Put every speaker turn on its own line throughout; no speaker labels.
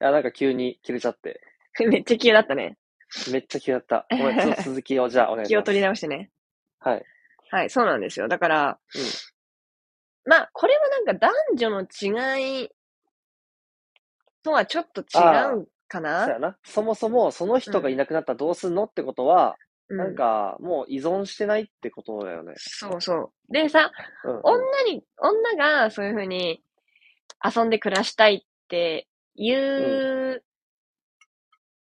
あ、なんか急に切れちゃって。
めっちゃ急だったね。
めっちゃ急だった。ごめん、ちょっと続きをじゃあお願いし
気
ま
を
す。
取り直してね。
はい。
はい、そうなんですよ。だから、
うん
まあ、これはなんか男女の違いとはちょっと違う
そ
か
う
な
やな。そもそも、その人がいなくなったらどうすんのってことは、
うん
なんか、もう依存してないってことだよね。
そうそう。でさ、
うん、
女に、女がそういうふうに遊んで暮らしたいっていう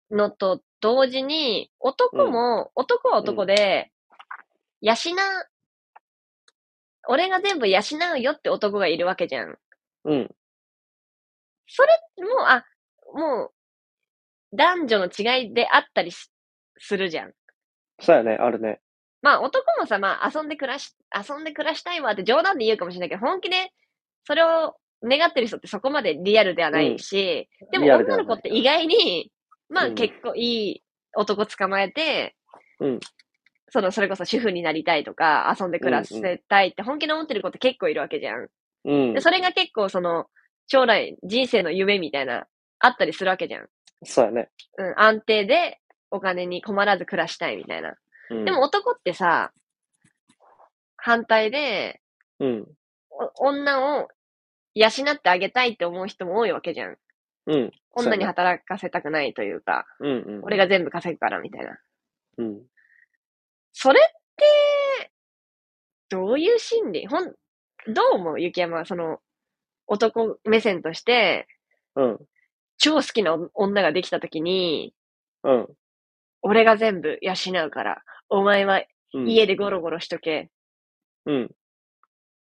うのと同時に、男も、男は男で、養う、俺が全部養うよって男がいるわけじゃん。も
うん。
う、あ、もう、男女の違いであったりしするじゃん。
そうやね、あるね。
まあ男もさ、まあ遊んで暮らし、遊んで暮らしたいわって冗談で言うかもしれないけど、本気で、それを願ってる人ってそこまでリアルではないし、でも
リアルではな
女
い
の子って意外に、まあ
うん
結構いい男捕まえて、
うん
その、それこそ主婦になりたいとか、遊んで暮らせたいって本気で思ってる子って結構いるわけじゃん。
うん
で、。それが結構その、将来人生の夢みたいな、あったりするわけじゃん。
そうやね。
うん、安定でお金に困らず暮らしたいみたいな。
うん
でも、男ってさ、反対で、
うん。
お女を養ってあげたいって思う人も多いわけじゃん。
うん。そうや
女に
ね
働かせたくないというか、
うんうん。
俺が全部稼ぐからみたいな。
うん。
それって、どういう心理ほん、どう思う雪山はその、男目線として、
うん。
超好きな女ができた時に、
うん。
俺が全部養うから、お前は
うん。
家でゴロゴロしとけっ
うん。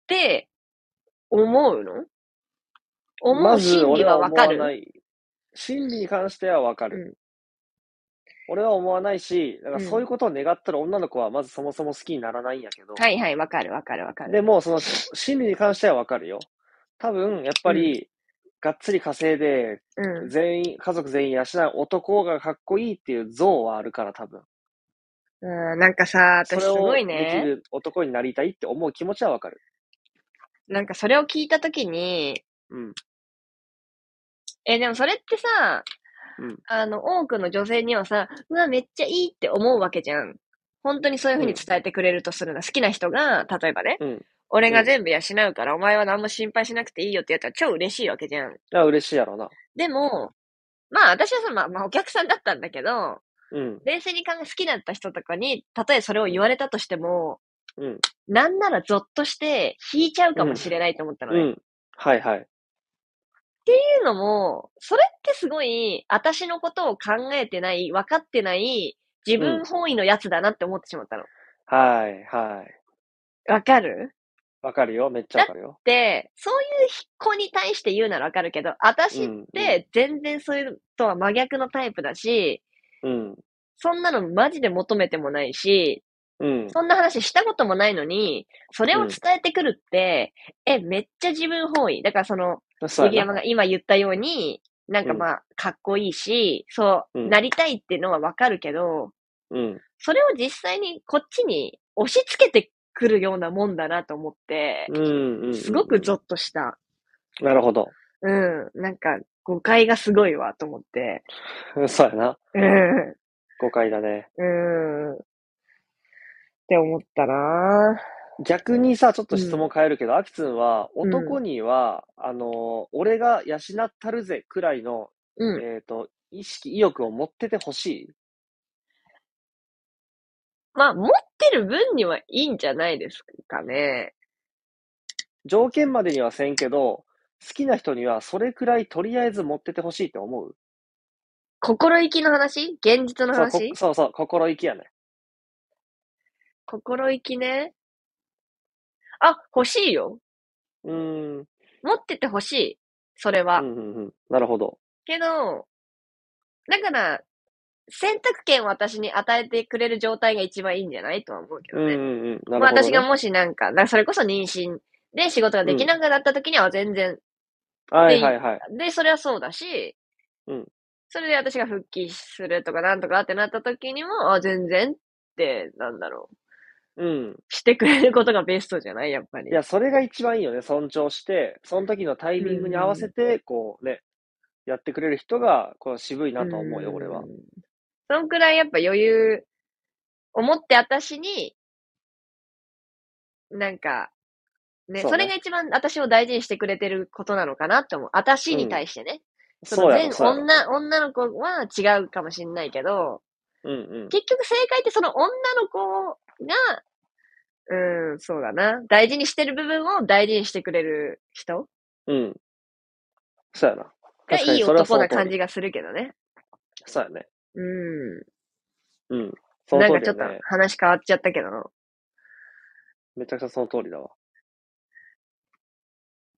て、思うの思
ま
う
ず
心理
俺
はわかる、
思わない心理に関してはわかる。俺は思わないし、だからそういうことを願ったら女の子はまずそもそも好きにならないんやけど、
はいはい、わかるわかるわかる。
でもその心理に関してはわかるよ。多分やっぱり、がっつり稼いで、
うん。
全員、家族全員養う男がかっこいいっていう像はあるから、多分。
うん、なんかさ、
それ
私す
を
ご
で
い
き
ね。
る男になりたいって思う気持ちはわかる。
なんかそれを聞いたときに、
うん。
え、でもそれってさ、
うん
あの、多くの女性にはさ、うわ、めっちゃいいって思うわけじゃん。本当にそういうふうに伝えてくれるとするな。好きな人が、例えばね、
うん
俺が全部養うから、お前は何も心配しなくていいよってやったら超嬉しいわけじゃん。
いや、嬉しいやろな。
でも、まあ私はさ、まあ、まあお客さんだったんだけど、
うん。
冷静に考え好きだった人とかに、たとえそれを言われたとしても、
うん。
なんならゾッとして引いちゃうかもしれないと思ったの
う
ね。っ
ん。はいはい。
ていうのも、それってすごい、私のことを考えてない、分かってない、自分本位のやつだなって思ってしまったの。
はいはい。
わかる
わかるよ。めっちゃわかるよ。
で、そういう子に対して言うならわかるけど、私って全然そういうのとは真逆のタイプだし、
うん。
そんなのマジで求めてもないし、
うん。
そんな話したこともないのに、それを伝えてくるって、え、めっちゃ自分本位。だからその、
そう
杉
や
山
な。
が今言ったように、なんかまあ、かっこいいし、そう、
うん
なりたいっていうのはわかるけど、
うん。
それを実際にこっちに押し付けてくるようなもんだなと思って、
うんうん。
すごくゾッとした。
なるほど。
うん。なんか、誤解がすごいわ、と思って。
そうやな。
うん。
誤解だね。
うん。って思ったな
逆にさ、ちょっと質問変えるけど、アキツンは、
うん
男には、あの、俺が養ったるぜくらいの、
うん。
えっと、意識、意欲を持っててほしい。
まあ、持ってる分にはいいんじゃないですかね。
条件までにはせんけど、好きな人にはそれくらいとりあえず持っててほしいって思う
心意気の話現実の
そうこ
話
そうそう、心意気やね。
心意気ね。あ、欲しいよ。
うーん。うん
持ってて欲しい。それ
う
は。
んうん。なるほど。
けど、だから、選択権を私に与えてくれる状態が一番いいんじゃないとは思うけ
う
ど
んう
ね。
んうん。な
まあ
るほど
私
ね
が。もしなんか、だからそれこそ妊娠で仕事ができなくなった時には全然、
はいはいはい。
で、それはそうだし、
うん
それで私が復帰するとかなんとかってなった時にも、あ、全然って、なんだろう。
うん。
してくれることがベストじゃないやっぱり。
いや、それが一番いいよね。尊重して、その時のタイミングに合わせて、こうね、やってくれる人が、こう渋いなと思うよ、
ん
俺は。。
そんくらいやっぱ余裕を持って私に、なんか、ね、
そ
そう
ね
れが一番私を大事にしてくれてることなのかなって思う。私に対してね。
そうや
全
ろ、そうやろ。
女、女の子は違うかもしれないけど、
うんうん。
結局正解ってその女の子が、うん、そうだな。大事にしてる部分を大事にしてくれる人
うん。そうやな。
が
確か
い
に
い
それはその
男な
通り
感じがするけどね。
そうやね。
うん。
うん。その
なん
通
か
り
ちょ
だ
っと
ね。
話変わっちゃったけど。
めちゃくちゃその通りだわ。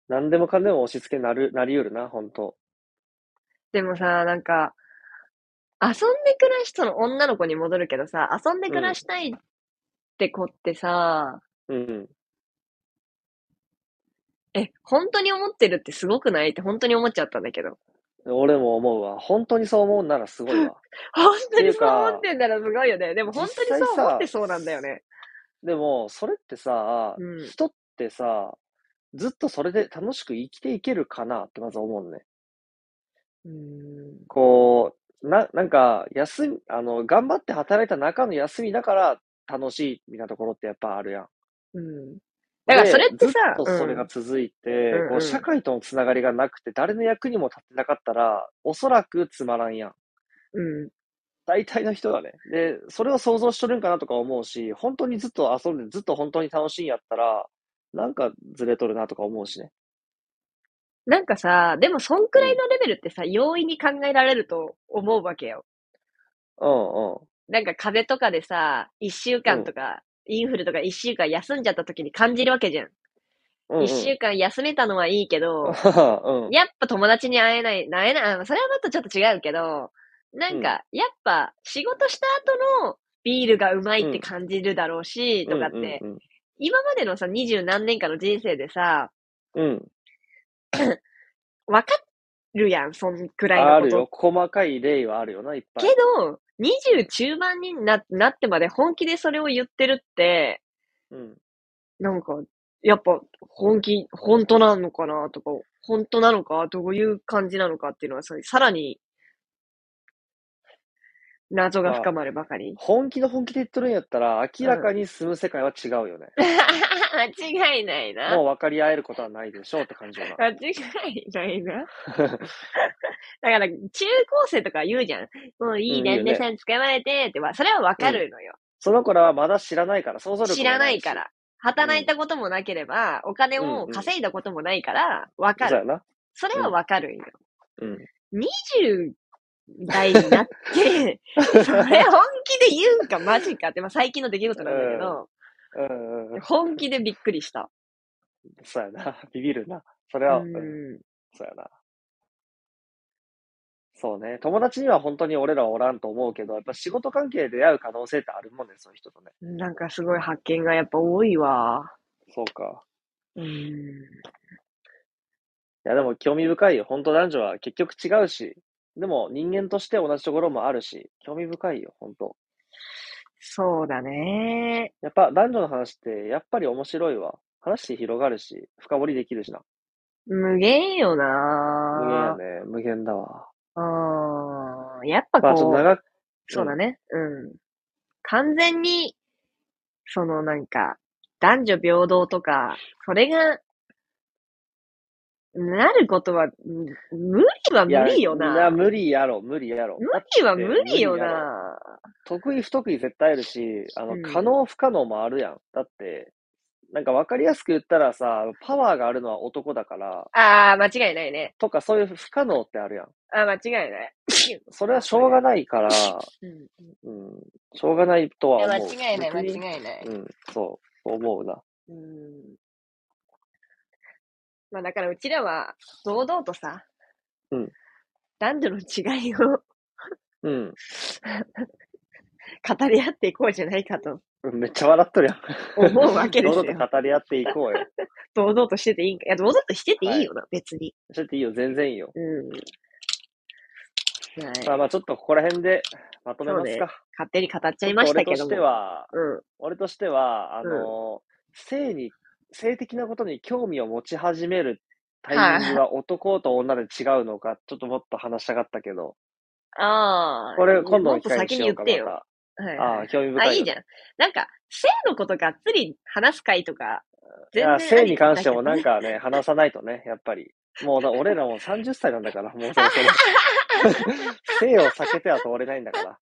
何でもかんでも押し付けなる、なり得るな、本当
でもさ、なんか、遊んで暮らし、その女の子に戻るけどさ、遊んで暮らしたいって子ってさ、
うんうん。
え、本当に思ってるってすごくないって本当に思っちゃったんだけど。
俺も思うわ。本当にそう思うんならすごい わ。
本当に
っていう
そう
か
思ってんならすごいよね。でも本当にそう
実際さ
思ってそうなんだよね。
でも、それってさ、
うん
人ってさ、ずっとそれで楽しく生きていけるかなってまず思うのね。
うん。
こう、な、なんか、休み、あの、頑張って働いた中の休みだから楽しいみたいなところってやっぱあるやん。
うん。だから
で
それってさ
ずっとそれが続いて、
うんうん
こう社会とのつながりがなくて、誰の役にも立ってなかったら、おそらくつまらんやん。
うん。
大体の人がね。で、それを想像しとるんかなとか思うし、本当にずっと遊んで、ずっと本当に楽しいんやったら、なんかずれとるなとか思うしね。
なんかさ、でもそんくらいのレベルってさ、容易に考えられると思うわけよ。
うんうん。
なんか風邪とかでさ、一週間とか、インフルとか一週間休んじゃった時に感じるわけじゃん。
うん、うん。
一週間休めたのはいいけど、
うん。
やっぱ友達に会えない、会えない、あそれはまたちょっと違うけど、なんか、やっぱ仕事した後のビールがうまいって感じるだろうし、とかって、
うん
今までのさ、二十何年かの人生でさ、
うんうん。うん。
わかるやん、そんくらい
あ
のこ
る
と。
よ。細かい例はあるよな、いっぱ
け
い。
ど、20中盤にななってまで本気でそれを言ってるって、
うん。
なんか、やっぱ、本気、本当なのかなとか、本当なのか、どういう感じなのかっていうのはさ、さらに、謎が深まるばかり。
本気の本気で言っとるんやったら、明らかに住む世界は違うよね。
間違いないな
もう。分かり合えることはないでしょうって感じよな。
間違いないな。 だから、中高生とか言うじゃん。もういい
うん言う
旦
ね
那さん捕まえて、って、まあそれはわかるのよ。
その頃はまだ知らないから、想像力も
知らない
し
か。ら。働いたこともなければ、お金を稼いだこともないから、わか
そう
る。
やな。
それはわかるよ。
うん。
20代にな って、それ本気で言うんかマジかって、まあ、最近の出来事なんだけど、
うんうん。
本気でびっくりした。
そうやな。 ビビるな。それ
う
は、うん、
ん。
そうやな。そうね。友達には本当に俺らはおらんと思うけど、やっぱ仕事関係で出会う可能性ってあるもんね、そういう人とね。
なんかすごい発見がやっぱ多いわ。
そうか。
うん。
いや、でも興味深いよ。本当男女は結局違うし、でも人間として同じところもあるし、興味深いよ、本当。
そうだね。
やっぱ男女の話ってやっぱり面白いわ。話して広がるし、深掘りできるしな。
無限
無
よ
限や
な。
ね。無限だわ。
うん。やっぱ
まあちょっ
ことう、
長く、
そうだね。うん。完全に、そのなんか、男女平等とか、それが、なることは、ん無理はい
や
無理よ
いや、
な。
無理やろ、無理やろ。
無理は無理よ
無理や
な。
得意不得意絶対あるし、あ
うん
の、可能不可能もあるやん。だって、なんか分かりやすく言ったらさ、パワーがあるのは男だから、
ああ、間違いないね。
とかそういう不可能ってあるやん。
ああ、間違いない。
それはしょうがないから、
うん。い
うん、しょうがないとは
や、
思う。
間違いない、間
逆に
違いない。
うん、そう、思うな。
うん。まあ、だからうちらは、堂々とさ、
うん
男女の違いを
うん。
語り合っていこうじゃないかと
めっちゃ笑っとるや ん。
思うわけで
堂
すよ
々。と語り合っていこうよ。
堂々としてていいんか。いや、堂々としてていいよな、別に。
ちょっといいよ、全然いいよ。
うん。はい。
まあまあ、ちょっとここら辺でまとめますか。
勝手に語っちゃいま
ちょっと
した
俺と
けど
し
も。
ては、
うん。
俺としては、あの、性に、性的なことに興味を持ち始めるタイミングは男と女で違うのか、ちょっともっと話したかったけど、
ああ。
これ今度
も
の
っ
機
と
会に
先
し
に
よ
言
うか、
っ
ま
てよ。
た。
はいはい
ああ、興味深い
あ、
な。
いいじゃん。なんか、性のことがっつり話す会とか、
い
全然
や、
あり
性に関してもなんか
か、
ね、話さないとね、やっぱり。もうな、俺らもう30歳なんだから、もうそろそろ。 性を避けては通れないんだから。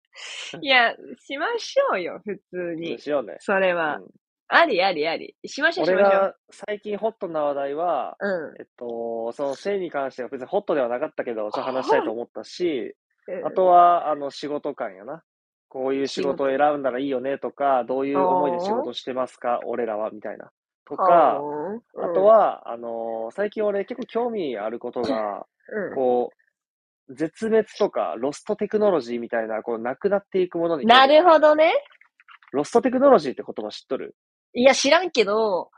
いや、しましょうよ、普通
そう
に。
しようね。
それ
う
は。
ん
ありありあり。しましょう、し
俺
ましょう。
が最近ホットな話題は、
う
えっと、その性に関しては別にホットではなかったけど、ちょっと話したいと思ったし、
ん。
あとは、あの、仕事感やな。こういう仕事を選んだらいいよねとか、どういう思いで仕事してますか、俺らは、みたいな。とか、
うん、
あとは、あの最近俺結構興味あることが、
うん、うん
こう、絶滅とか、ロストテクノロジーみたいな、こう、なくなっていくものに。
なるほどね。
ロストテクノロジーって言葉知っとる
いや、知らんけど、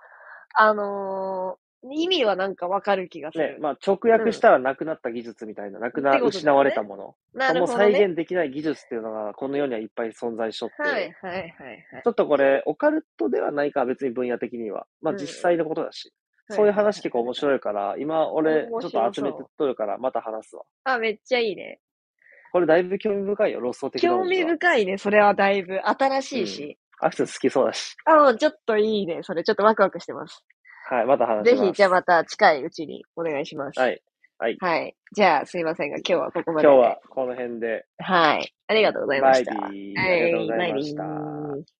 あのー意味はなんかわかる気がす
ね
る。、
まあ、直訳したらなくなった技術みたいな、なく
っ
な、
てことだ
失
よね
われたもの。
なる
もう
ほど、ね。
再現できない技術っていうのが、この世にはいっぱい存在しとって。
はい、はい、はい、はい。
ちょっとこれ、オカルトではないか、別に分野的には。まあ
うん
実際のことだし。そういう話結構面白いから、今俺、ちょっ
面白
と
そう
集めてっとるから、また話すわ。
あ、めっちゃいいね。
これだいぶ興味深いよ、ロストテクノ
興
ロジー
味
は。
深いね、それはだいぶ。新しいし。
アクセス好きそうだし。
あ、もうちょっといいね、それ。ちょっとワクワクしてます。
はい、また話し
ぜ
ます。
ひ、じゃあまた近いうちにお願いします。。
はいい。はい。
はい。じゃあ、すいませんが、今日はここま
今
で
日
で。
はこの辺で。
はい。ありがとうございま
バ
し
イ
た。
ビー。ありがとうございました。
バイビー